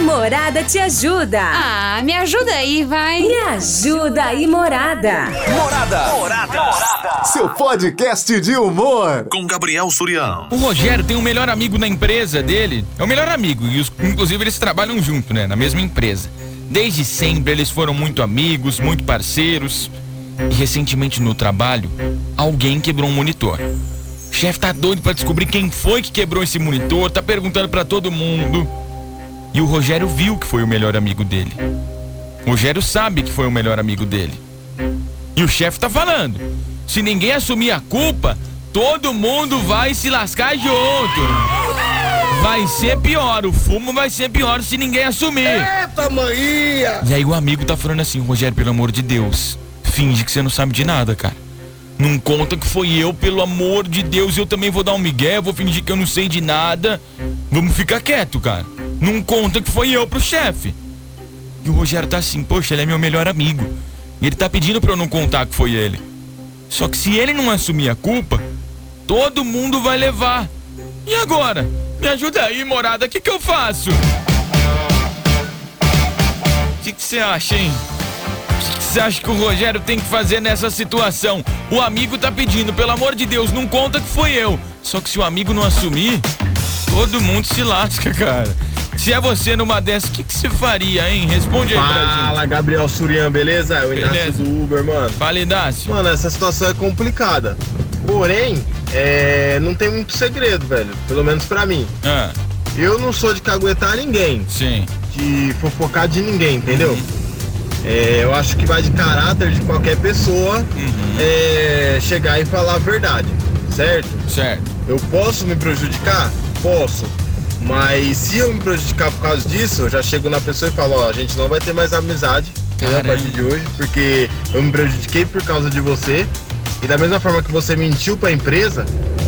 Morada te ajuda. Ah, me ajuda aí, vai. Me ajuda aí, Morada. Morada. Seu podcast de humor. Com Gabriel Surião. O Rogério tem um melhor amigo na empresa dele. É o melhor amigo. E os- inclusive eles trabalham junto, né? Na mesma empresa. Desde sempre eles foram muito amigos, muito parceiros. E recentemente no trabalho, alguém quebrou um monitor. O chefe tá doido pra descobrir quem foi que quebrou esse monitor, tá perguntando pra todo mundo. E o Rogério viu que foi o melhor amigo dele. O Rogério sabe que foi o melhor amigo dele. E o chefe tá falando: se ninguém assumir a culpa, todo mundo vai se lascar junto. Vai ser pior, o fumo vai ser pior se ninguém assumir. Eita, Maria! E aí o amigo tá falando assim: Rogério, pelo amor de Deus, finge que você não sabe de nada, cara. Não conta que foi eu, pelo amor de Deus, eu também vou dar um migué, vou fingir que eu não sei de nada. Vamos ficar quieto, cara. Não conta que foi eu pro chefe. E o Rogério tá assim, poxa, ele é meu melhor amigo. E ele tá pedindo pra eu não contar que foi ele. Só que se ele não assumir a culpa, todo mundo vai levar. E agora? Me ajuda aí, morada, o que, que eu faço? O que que você acha, hein? O que que você acha que o Rogério tem que fazer nessa situação? O amigo tá pedindo, pelo amor de Deus, não conta que foi eu. Só que se o amigo não assumir, todo mundo se lasca, cara. Se é você numa dessas, o que, que você faria, hein? Responde aí pra gente. Fala, Gabriel Surian, beleza? Eu Inácio Beleza. do Uber, mano. Fala, Inácio. Mano, essa situação é complicada. Porém, é, não tem muito segredo, velho. Pelo menos pra mim. Ah, Eu não sou de caguetar ninguém, sim. de fofocar de ninguém, entendeu? Uhum. É, eu acho que vai de caráter de qualquer pessoa Uhum. é, chegar e falar a verdade, certo? Certo. Eu posso me prejudicar? Posso. Mas se eu me prejudicar por causa disso, eu já chego na pessoa e falo, ó, a gente não vai ter mais amizade entendeu? a Caramba. partir de hoje, porque eu me prejudiquei por causa de você. E da mesma forma que você mentiu pra empresa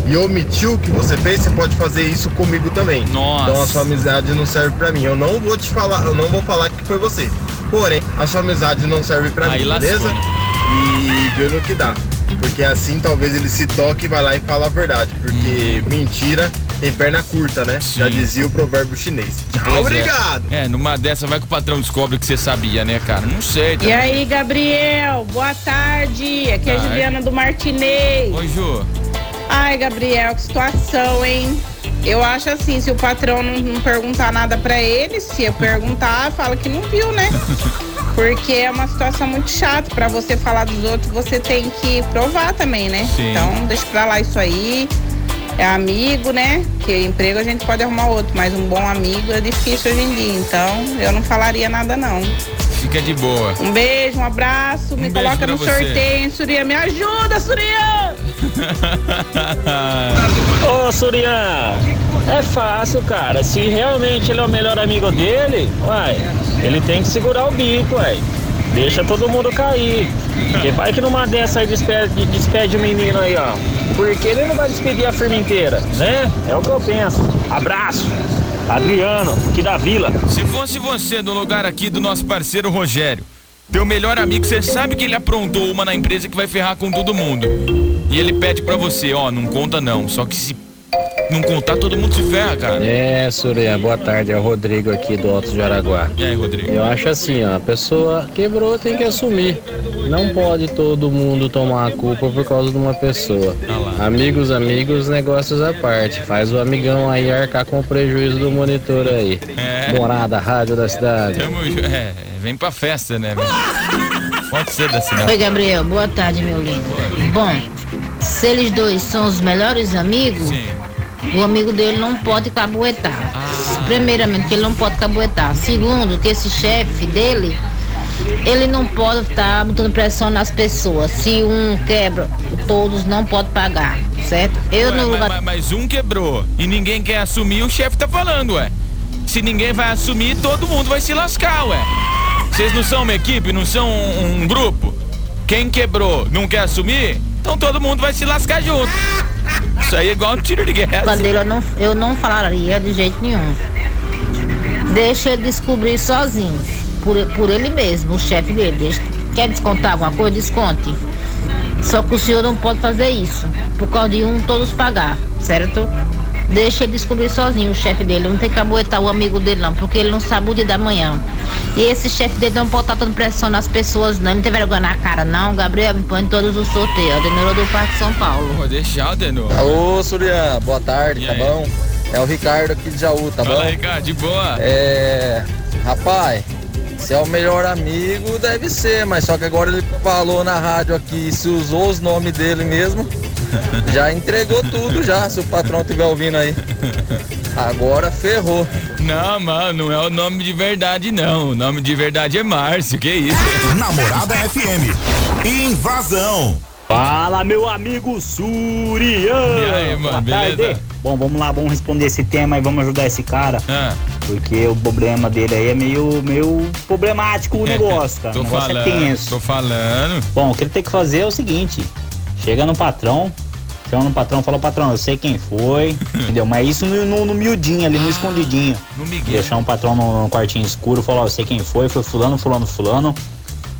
e omitiu o que você fez, você pode fazer isso comigo também. Nossa. Então a sua amizade não serve pra mim. Eu não vou te falar, eu não vou falar que foi você. Porém, a sua amizade não serve pra Aí mim, lascou, beleza? né? e ver no que dá. Porque assim talvez ele se toque e vai lá e fala a verdade. Porque mentira tem perna curta, né? Já Uhum. Sim. dizia o provérbio chinês. Tchau, Pois é. obrigado! É. numa dessa vai que o patrão descobre que você sabia, né, cara? Não sei. Tá? E aí, Gabriel, boa tarde. Aqui é a Tarde. Juliana do Martinez. Oi, Ju. Ai, Gabriel, que situação, hein? Eu acho assim, se o patrão não, não perguntar nada pra ele, se eu perguntar, fala que não viu, né? Porque é uma situação muito chata. Pra você falar dos outros, você tem que provar também, né? Sim. Então, deixa pra lá isso aí. É amigo, né? Porque emprego a gente pode arrumar outro, mas um bom amigo é difícil hoje em dia. Então, eu não falaria nada, não. Fica de boa. Um beijo, um abraço. Me Um beijo coloca pra no você. sorteio, hein, Surya? Me ajuda, Surya! Ô Surian, é fácil, cara. Se realmente ele é o melhor amigo dele, uai, ele tem que segurar o bico, uai. Deixa todo mundo cair. Porque vai que numa dessa aí despede, despede o menino aí, ó. Porque ele não vai despedir a firma inteira, né? É o que eu penso. Abraço, Adriano, aqui da vila. Se fosse você no lugar aqui do nosso parceiro Rogério, teu melhor amigo, você sabe que ele aprontou uma na empresa que vai ferrar com todo mundo. E ele pede pra você, ó, não conta não. Só que se não contar, todo mundo se ferra, cara. É, Surya, boa tarde. É o Rodrigo aqui do Alto de Araguá. E aí, Rodrigo? Eu acho assim, ó, a pessoa quebrou tem que assumir. Não pode todo mundo tomar a culpa por causa de uma pessoa. Amigos, amigos, negócios à parte. Faz o amigão aí arcar com o prejuízo do monitor aí. É. Morada, rádio da cidade. Tamo ju- É, vem pra festa, né? Ah! velho? Pode ser da cidade. Oi, Gabriel. Boa tarde, meu lindo. Bom, se eles dois são os melhores amigos, Sim. Ah. o amigo dele não pode caboetar. Primeiramente, que ele não pode caboetar. Segundo, que esse chefe dele, ele não pode estar botando pressão nas pessoas. Se um quebra, todos não podem pagar, certo? Eu Ué, no mas, lugar... mas- mas um quebrou e ninguém quer assumir, o chefe tá falando, ué. Se ninguém vai assumir, todo mundo vai se lascar, ué. Vocês não são uma equipe, não são um, um grupo? Quem quebrou não quer assumir, então todo mundo vai se lascar junto. Isso aí é igual um tiro de guerra. culpa dele, eu não, eu não falaria de jeito nenhum. Deixa ele descobrir sozinho, por, por ele mesmo, o chefe dele. Deixa- quer descontar alguma coisa? Desconte. Só que o senhor não pode fazer isso. Por causa de um, todos pagar, certo? Deixa ele descobrir sozinho o chefe dele. Não tem que aboetar o amigo dele, não, porque ele não sabe o dia da manhã. E esse chefe dele não pode estar dando pressão nas pessoas, não. Ele Não tem vergonha na cara, não. Gabriel, me põe em todos os sorteios. Adenoro do Parque São Paulo. Pô, deixar, Denô. Alô, Surian, boa tarde, E tá aí? bom? É o Ricardo aqui de Jaú, tá Fala bom? aí, cara, de boa. É. Rapaz, se é o melhor amigo, deve ser, mas só que agora ele falou na rádio aqui, se usou os nomes dele mesmo, já entregou tudo já, se o patrão estiver ouvindo aí. Agora ferrou. Não, mano, não é o nome de verdade, não. O nome de verdade é Márcio, que isso? Namorada FM. Invasão. Fala, meu amigo Surian! E aí, mano, Boa beleza? tarde. Bom, vamos lá, vamos responder esse tema e vamos ajudar esse cara. Porque o problema dele aí é meio, meio problemático o negócio, cara. Tô o negócio é falando, tenso. tô falando. Bom, o que ele tem que fazer é o seguinte: chega no patrão, chama no patrão, fala, patrão, eu sei quem foi, entendeu? Mas isso no, no, no miudinho ali, no escondidinho. Ah, No Miguel. Deixar um patrão no, no quartinho escuro, falar, ó, eu sei quem foi, foi fulano, fulano, fulano.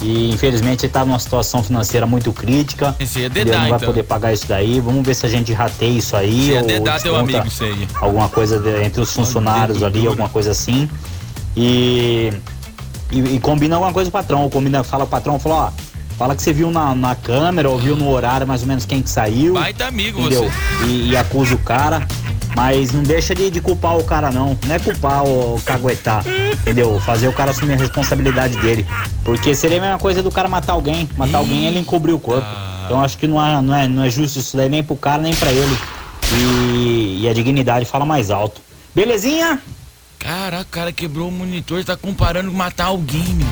E infelizmente ele tá numa situação financeira muito crítica. entendeu? dedar, não vai então. poder pagar isso daí. Vamos ver se a gente rateia isso aí. Esse é ou dedar teu desconta amigo, isso aí. Alguma coisa de- entre os funcionários ali, alguma coisa assim. E, e, e combina alguma coisa com o patrão. ou Combina, fala o patrão, fala, ó, fala que você viu na, na câmera, ou viu no horário mais ou menos quem que saiu. Baita amigo entendeu? você. E, e acusa o cara. Mas não deixa de, de culpar o cara não. Não é culpar o caguetar. Entendeu? Fazer o cara assumir a responsabilidade dele. Porque seria a mesma coisa do cara matar alguém. Matar alguém ele encobrir o corpo. Ah. Então acho que não é, não, é, não é justo isso daí nem pro cara, nem pra ele. E, e a dignidade fala mais alto. Belezinha? Caraca, o cara quebrou o monitor e tá comparando com matar alguém, meu.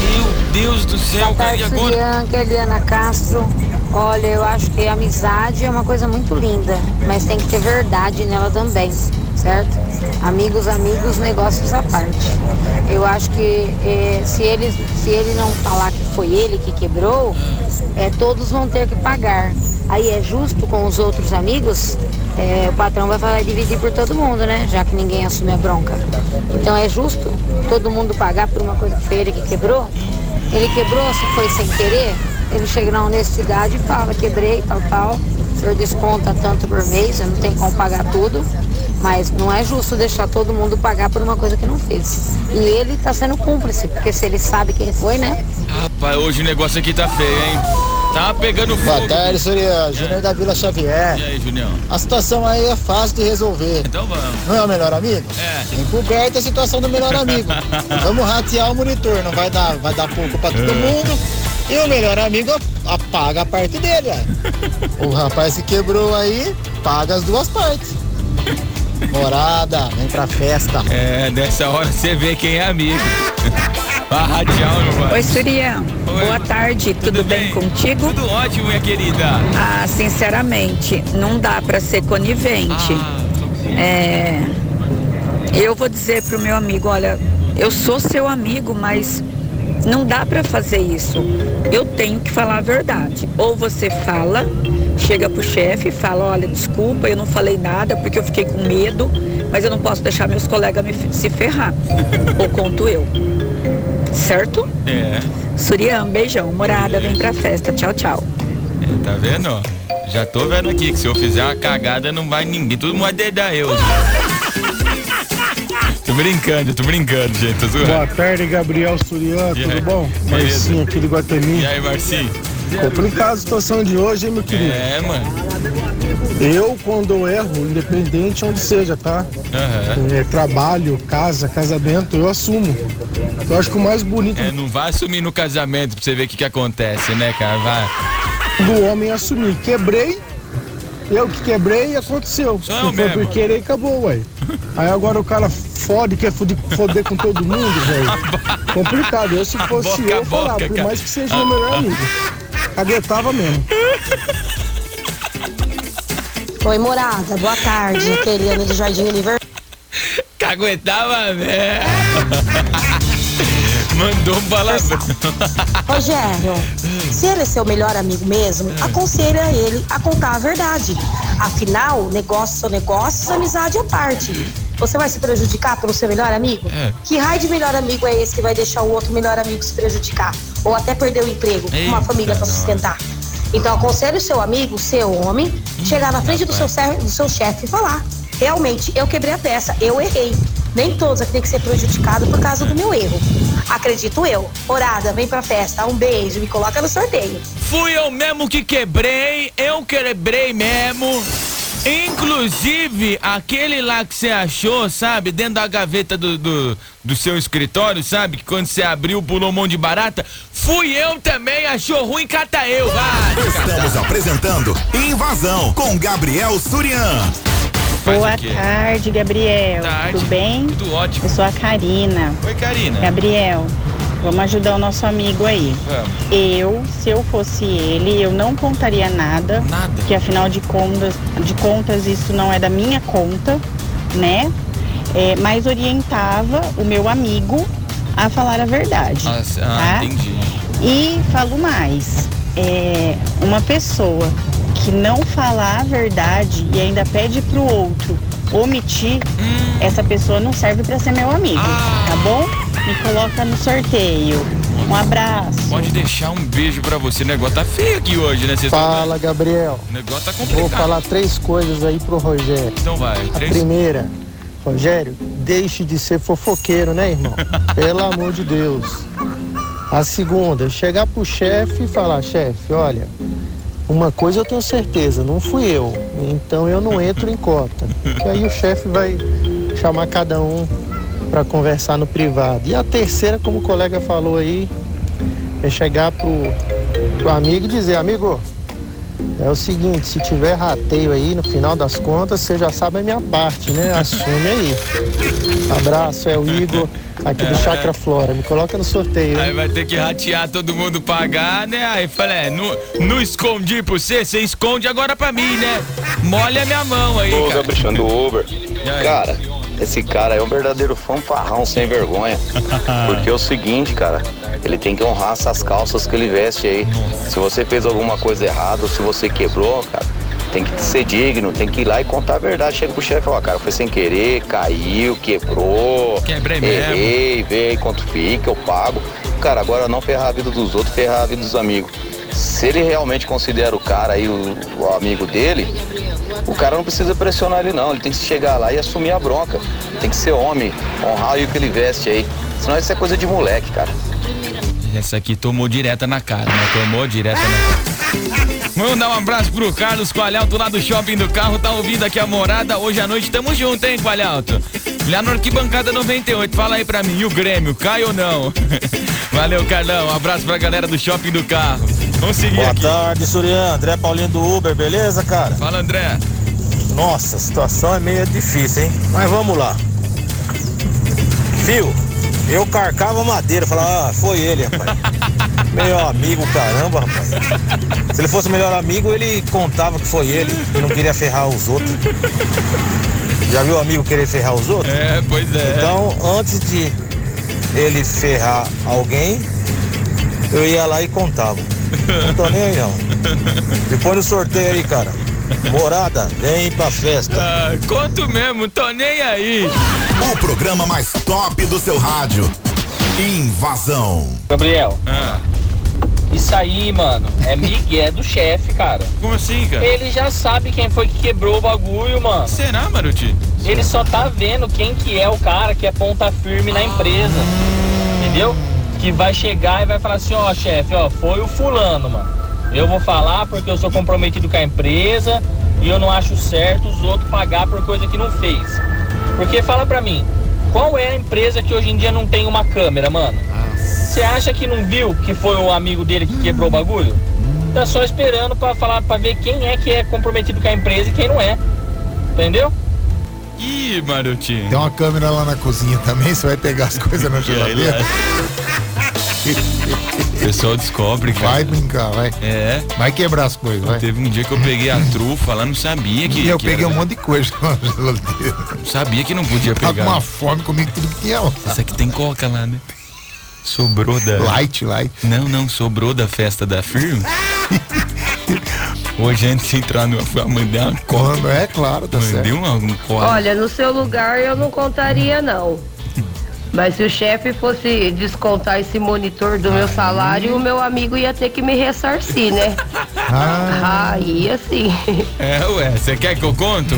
Meu Deus do céu, cara, e é, agora? Bianca, é Eliana Castro. Olha, eu acho que a amizade é uma coisa muito linda, mas tem que ter verdade nela também, certo? Amigos, amigos, negócios à parte. Eu acho que eh, se, ele, se ele não falar que foi ele que quebrou, eh, todos vão ter que pagar. Aí é justo com os outros amigos, Eh, o patrão vai falar dividir por todo mundo, né? Já que ninguém assume a bronca. Então é justo todo mundo pagar por uma coisa que foi ele que quebrou? Ele quebrou, se foi sem querer, ele chega na honestidade e fala, quebrei, tal, tal. O senhor desconta tanto por mês, eu não tenho como pagar tudo. Mas não é justo deixar todo mundo pagar por uma coisa que não fez. E ele tá sendo cúmplice, porque se ele sabe quem foi, né? Rapaz, hoje o negócio aqui tá feio, hein? Tá pegando fogo. Boa tarde, Surian. Júnior da Vila Xavier. É. E aí, Julião? A situação aí é fácil de resolver. Então vamos. Não é o melhor amigo? É. Encoberta a situação do melhor amigo. Vamos ratear o monitor, não vai dar, vai dar pouco pra todo É. mundo. E o melhor amigo apaga a parte dele, ó. O rapaz se quebrou aí, paga as duas partes. Morada, vem pra festa. É, nessa hora você vê quem é amigo. Vai radial, meu pai. Oi, Surian. Boa tarde, tudo, bem, contigo? Tudo ótimo, minha querida. Ah, sinceramente, não dá pra ser conivente. Ah, É, eu vou dizer pro meu amigo, olha, eu sou seu amigo, mas não dá pra fazer isso. Eu tenho que falar a verdade. Ou você fala, chega pro chefe e fala, olha, desculpa, eu não falei nada porque eu fiquei com medo, mas eu não posso deixar meus colegas me fe- se ferrar. Ou conto eu. Certo? É, Surian, beijão, morada, vem pra festa. Tchau, tchau. é, tá vendo? ó? Já tô vendo aqui que se eu fizer uma cagada não vai ninguém. Todo mundo vai dedar eu. tô brincando, tô brincando, gente. Tô Boa zoando. tarde, Gabriel Surian, E aí? tudo bom? Beleza. Marcinho aqui de Guatemi. E aí, Marcinho? Complicada a situação de hoje, hein, meu querido? É, mano. Eu, quando eu erro, independente onde seja, tá? Aham. É, trabalho, casa, casamento, eu assumo. Eu acho que o mais bonito É, não vai assumir no casamento pra você ver o que, que acontece, né, cara? Vai. do homem é assumir. Quebrei, eu que quebrei e aconteceu. eu não foi mesmo. por querer e acabou, ué. Aí agora o cara fode, quer foder, foder com todo mundo, velho. Complicado. Eu, se fosse Boca a eu, falava, boca, por cara. mais que seja meu melhor amigo. Caguetava mesmo. Oi, morada, boa tarde. Aqui é Eliana do Jardim Universal. Caguetava, né? Mandou um palavrão. Rogério, se ele é seu melhor amigo mesmo, É. aconselha ele a contar a verdade. Afinal, negócio são negócios, amizade é parte. Você vai se prejudicar pelo seu melhor amigo? É. Que raio de melhor amigo é esse que vai deixar o outro melhor amigo se prejudicar? Ou até perder o emprego, uma Eita, família para nossa. sustentar? Então aconselho o seu amigo, o seu homem, chegar na frente do seu, ser- do seu chefe e falar. realmente eu quebrei a peça, eu errei. Nem todos têm que ser prejudicados por causa do meu erro. Acredito eu. Orada, vem pra festa, um beijo, me coloca no sorteio. Fui eu mesmo que quebrei, eu quebrei mesmo. Inclusive, aquele lá que você achou, sabe, dentro da gaveta do, do, do seu escritório, sabe, que quando você abriu pulou um monte de barata, fui eu também, achou ruim, cata eu, vai. te catar. Estamos apresentando Invasão com Gabriel Surian. Boa o quê? tarde, Gabriel. Tudo bem? Tudo ótimo. Eu sou a Karina. Oi, Karina. Gabriel, vamos ajudar o nosso amigo aí. Eu, se eu fosse ele, eu não contaria nada. Nada. Porque afinal de contas, de contas isso não é da minha conta, né? É, mas orientava o meu amigo a falar a verdade. Ah, s- ah, tá? entendi. E falo mais, é, uma pessoa que não falar a verdade e ainda pede pro outro omitir, Hum. essa pessoa não serve pra ser meu amigo, Ah. tá bom? Me coloca no sorteio. Um abraço. Pode deixar um beijo pra você. O né? negócio tá feio aqui hoje, né? Vocês tão- Fala, Gabriel. O negócio tá Vou complicado. falar três coisas aí pro Rogério. Então vai. A Três... primeira, Rogério, deixe de ser fofoqueiro, né, irmão? Pelo amor de Deus. A segunda, chegar pro chefe e falar, chefe, olha, uma coisa eu tenho certeza, não fui eu, então eu não entro em cota. Que aí o chefe vai chamar cada um para conversar no privado. E a terceira, como o colega falou aí, é chegar pro, pro amigo e dizer, amigo, é o seguinte, se tiver rateio aí, no final das contas, você já sabe a minha parte, né? Assume aí. Abraço, é o Igor, aqui do Chakra Flora. Me coloca no sorteio. Aí vai ter que ratear todo mundo pagar, né? Aí fala, é, não, não escondi pra você, você esconde agora pra mim, né? Molha minha mão aí, Ô, cara. Gabriel do Uber. Cara, esse cara é um verdadeiro fanfarrão sem vergonha. Porque é o seguinte, cara, ele tem que honrar essas calças que ele veste aí. Se você fez alguma coisa errada, ou se você quebrou, cara, tem que ser digno, tem que ir lá e contar a verdade. Chega pro chefe e fala, cara, foi sem querer, caiu, quebrou. Quebrei mesmo. errei, vê aí quanto fica, eu pago. Cara, agora não ferrar a vida dos outros, ferrar a vida dos amigos. Se ele realmente considera o cara aí, o- o amigo dele, o cara não precisa pressionar ele não, ele tem que chegar lá e assumir a bronca. Tem que ser homem, honrar aí o que ele veste aí. Senão isso é coisa de moleque, cara. Essa aqui tomou direta na cara, né? Tomou direta na cara. Vamos dar um abraço pro Carlos Coalhalto lá do shopping do carro, tá ouvindo aqui a morada. Hoje à noite tamo junto, hein, Coalhalto? Lá no Arquibancada 98, fala aí pra mim, e o Grêmio, cai ou não? Valeu, Carlão, um abraço pra galera do shopping do carro. Vamos seguir Boa aqui. tarde, Surian. André Paulinho do Uber, beleza, cara? Fala, André. Nossa, a situação é meio difícil, hein? Mas vamos lá. Viu? Eu carcava madeira, falava, ah, foi ele, rapaz. Meu amigo, caramba, rapaz. Se ele fosse o melhor amigo, ele contava que foi ele, que não queria ferrar os outros. Já viu o amigo querer ferrar os outros? É, pois é. Então, antes de ele ferrar alguém, eu ia lá e contava. Não tô nem aí, não. Depois do sorteio aí, cara. Morada, vem pra festa. Ah, conto mesmo, tô nem aí. O programa mais top do seu rádio. Invasão. Gabriel. Ah. Isso aí, mano, é Miguel do chefe, cara. Como assim, cara? Ele já sabe quem foi que quebrou o bagulho, mano. Será, Ah, Maruti? Ele só tá vendo quem que é o cara que é ponta firme na empresa. Entendeu? Que vai chegar e vai falar assim, ó, chefe, ó, foi o fulano, mano. Eu vou falar porque eu sou comprometido com a empresa e eu não acho certo os outros pagar por coisa que não fez. Porque fala pra mim, qual é a empresa que hoje em dia não tem uma câmera, mano? Você acha que não viu que foi o amigo dele que quebrou o bagulho? Tá só esperando pra falar, para ver quem é que é comprometido com a empresa e quem não é. Entendeu? Ih, Maruti. Tem uma câmera lá na cozinha também, você vai pegar as coisas na geladeira. O pessoal descobre, cara. Vai brincar, vai. É. Vai quebrar as coisas, vai. Teve um dia que eu peguei a trufa lá, não sabia que. E eu que peguei era- um monte de coisa na geladeira. Sabia que não podia Tava pegar. com uma fome, comi tudo que tinha lá. Essa aqui tem coca lá, né? Sobrou da. Light, light. Não, não, sobrou da festa da firma. Hoje antes de entrar no. eu Mandei uma coca. É claro, tá Mandei certo. uma, um uma coca. Olha, no seu lugar eu não contaria não. Mas se o chefe fosse descontar esse monitor do meu salário, o meu amigo ia ter que me ressarcir, Ah. né? Aí assim. É, ué, você quer que eu conto?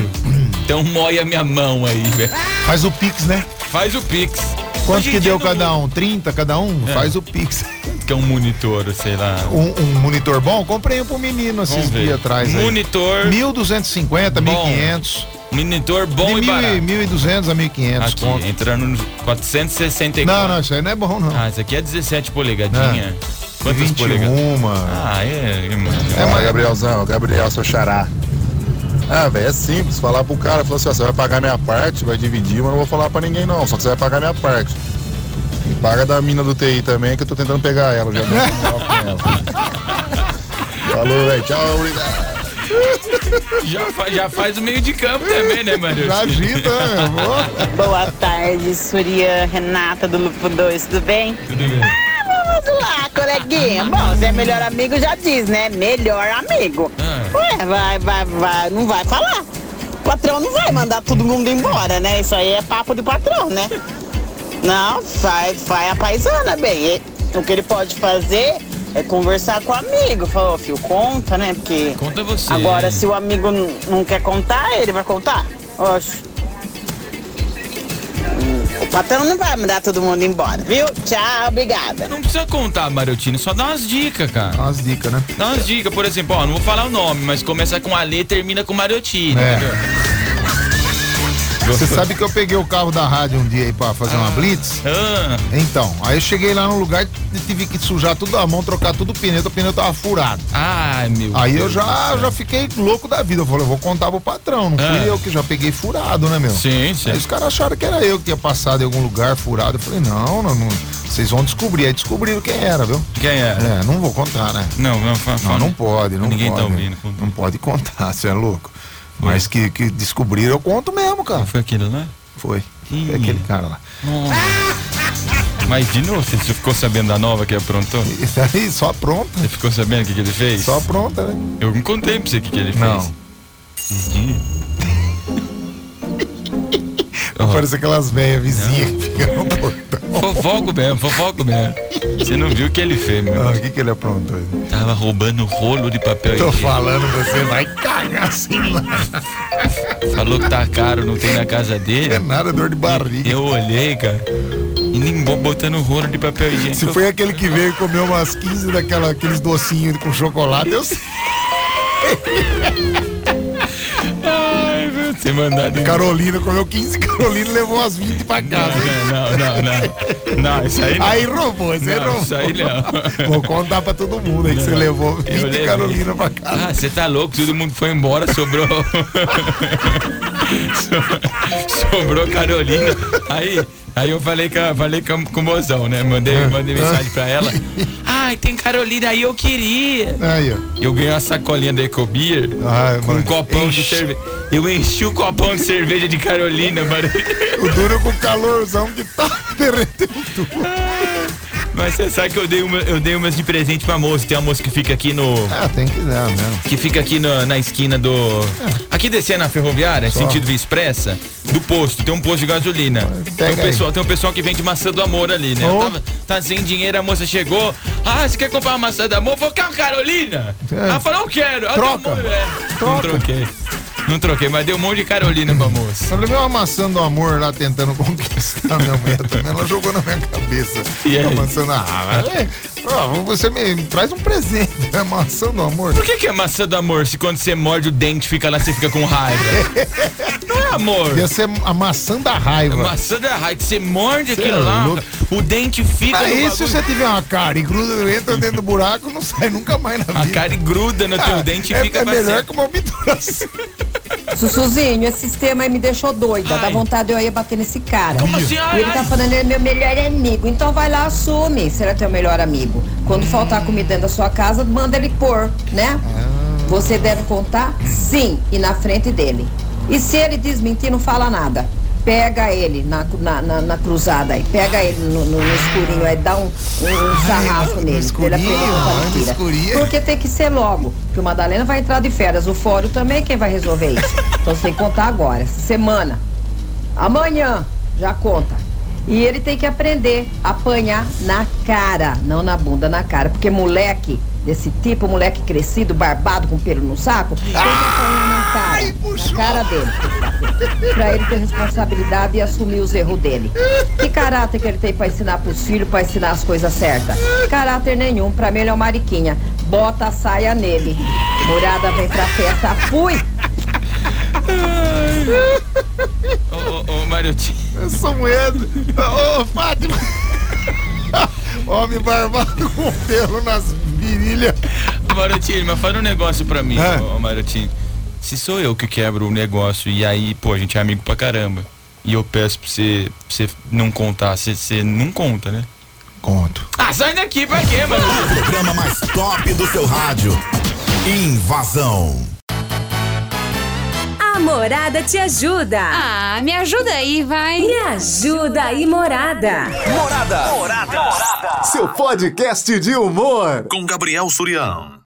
Então moia minha mão aí, velho. Faz o Pix, né? Faz o Pix. Quanto Hoje em que dia deu todo cada um? 30 cada um? É. Faz o Pix. Que é um monitor, sei lá. Um, um monitor bom? Comprei um pro menino Vamos esses ver. dias atrás. aí. Monitor. 1250, 1500. Monitor bom De e mil barato. e 1200 a 1500 Aqui, conto. entrando nos 464. Não, não, isso aí não é bom não. É. Ah, isso aqui é 17 polegadinha. Quantas 21. polegadas? Ah, é, irmão. Fala, Gabrielzão, Gabriel, seu xará. Ah, velho, é simples. Falar pro cara, falou assim, ó, você vai pagar minha parte, vai dividir, mas não vou falar pra ninguém não, só que você vai pagar minha parte. E paga da mina do TI também, que eu tô tentando pegar ela, eu já tô com ela. Falou, velho, tchau, obrigado. Já, fa- já faz o meio de campo também, né, mano? Já agita, né, Boa tarde, Surya Renata do Lupo 2, tudo bem? Tudo bem. Vamos lá, Ah. coleguinha. Bom, se é melhor amigo, já diz, né? Melhor amigo. Ah. Ué, vai, vai, vai. Não vai falar. O patrão não vai mandar todo mundo embora, né? Isso aí é papo de patrão, né? Não, vai, vai a paisana, bem. E O que ele pode fazer é conversar com o amigo. Falou, filho, conta, né? Porque. Conta você. Agora, se o amigo n- não quer contar, ele vai contar. Oxe. O patrão não vai mandar todo mundo embora, viu? Tchau, obrigada. Não precisa contar, Mariotina, só dá umas dicas, cara. Dá umas dicas, né? Dá umas dicas, por exemplo, ó, não vou falar o nome, mas começa com Ale e termina com Mariotina. É. entendeu? Você sabe que eu peguei o carro da rádio um dia aí pra fazer Ah. uma blitz? Então, aí eu cheguei lá no lugar e tive que sujar tudo a mão, trocar tudo o pneu, o pneu tava furado. Ai, meu Aí eu Deus do já, céu. já fiquei louco da vida. Eu falei, eu vou contar pro patrão. Não Ah. fui eu que já peguei furado, né, meu? Sim, sim. Aí os caras acharam que era eu que tinha passado em algum lugar furado. Eu falei, não, não, não, vocês vão descobrir. Aí descobriram quem era, viu? Quem era? É, não vou contar, né? Não, não, fa- Não, fa- não pode, não Ninguém pode. tá ouvindo. É. Não pode contar, você é louco. Mas que, que descobriram, eu conto mesmo, cara. Foi né? aquele lá? Foi. Foi aquele cara lá. Mas de novo, você você ficou sabendo da nova que aprontou? Isso aí, só apronta. Você ficou sabendo o que, que ele fez? Só apronta, né? Eu não contei pra você o que, que ele Não. fez. Sim. Parece aquelas velhas vizinhas que ficam no portão. Fofoco mesmo, fofoco mesmo. Você não viu o que ele fez, meu? Ah, o que, que ele aprontou? Tava roubando rolo de papel Tô higiênico. falando, você vai cagar assim lá. Falou que tá caro, não tem na casa dele. É nada, dor de barriga. Eu olhei, cara, e nem bo- botando rolo de papel higiênico. Se foi aquele que veio e comeu umas 15 daquela, aqueles docinhos com chocolate, eu sei. Ai, meu Deus. mandado. Carolina comeu 15, Carolina levou umas 20 pra casa. Não, não, não. Não, Não, isso aí não. Aí roubou, isso aí Não, roubou. Isso aí não. Vou contar pra todo mundo aí que você levou 20 levei. Carolina pra casa. Ah, você tá louco, todo mundo foi embora, sobrou. So- sobrou Carolina. Aí, aí eu falei com, a- falei com, com o mozão, né? Mandei, Ah. mandei mensagem pra ela. Ai, tem Carolina aí, eu queria. Aí, ó. Eu ganhei uma sacolinha da Ecobeer Ah, com um copão de cerveja. Eu enchi o copão de cerveja de Carolina, mano. O duro é com o calorzão que tá derretendo tudo. Mas você sabe que eu dei, uma, eu dei umas de presente pra moça. Tem uma moça que fica aqui no. Ah, tem que dar mesmo. Que fica aqui na- na esquina do. Aqui descendo a ferroviária, Só. sentido via expressa, do posto. Tem um posto de gasolina. Tem um, aí. pessoal, tem um pessoal que vende maçã do amor ali, né? Eu Oh. tava- tá sem dinheiro, a moça chegou. Ah, você quer comprar uma maçã do amor? Vou quero Carolina. É. Ela falou, eu quero. Ela Troca. deu um monte, é. Não Troca. troquei. Não troquei, mas deu um monte de Carolina pra moça. Eu levei uma maçã do amor lá tentando conquistar minha mulher também. Ela jogou na minha cabeça. E aí? A maçã na ah, é, ó, você me, me traz um presente, né? Maçã do amor. Por que, que é maçã do amor se quando você morde o dente fica lá, você fica com raiva? Não é amor. Ia ser a maçã da raiva. Maçã da raiva, você morde Cê aquilo é lá, louco. o dente fica no Aí se bagulho. você tiver uma cara e gruda, entra dentro do buraco, não sai nunca mais na vida. A cara gruda no teu dente e é, fica É pra melhor sempre. que uma obturação. Sussuzinho, esse sistema aí me deixou doida. Dá vontade eu ia bater nesse cara. Como assim? Ai, E ele tá ai. falando, ele é meu melhor amigo. Então vai lá, assume. Será teu melhor amigo? Quando faltar comida dentro da sua casa, manda ele pôr, né? Você deve contar sim e na frente dele. E se ele desmentir, não fala nada. Pega ele na, na, na- na cruzada aí, pega ele no, no- no escurinho aí, dá um, um- um sarrafo nele. pra Ele aprender escurinho, a ai, no mentira. escurinho. Porque tem que ser logo. Porque o Madalena vai entrar de férias. O fórum também é quem vai resolver isso. Então você tem que contar agora, essa semana. Amanhã, já conta. E ele tem que aprender a apanhar na cara, não na bunda, na cara. Porque moleque desse tipo, moleque crescido, barbado, com pelo no saco, tem que apanhar na cara. Na cara dele. Pra ele ter responsabilidade e assumir os erros dele. Que caráter que ele tem pra ensinar pros filhos, pra ensinar as coisas certas? Caráter nenhum. Pra mim ele é o Mariquinha. Bota a saia nele. Morada vem pra festa. Fui! Ô, ô, ô, Mariotinho. Eu sou moedo. Ô, Fátima. Homem barbado com pelo nas virilhas. Marotinho, mas fala um negócio pra mim, É. ô, ô, Marotinho. Se sou eu que quebro o negócio e aí, pô, a gente é amigo pra caramba. E eu peço pra você, pra você não contar, você, você não conta, né? Conto. Ah, sai daqui, pra quê, mano? O programa mais top do seu rádio. Invasão. A Morada te ajuda. Ah, me ajuda aí, vai. Me ajuda aí, Morada. Morada. Morada. Seu podcast de humor. Com Gabriel Surião.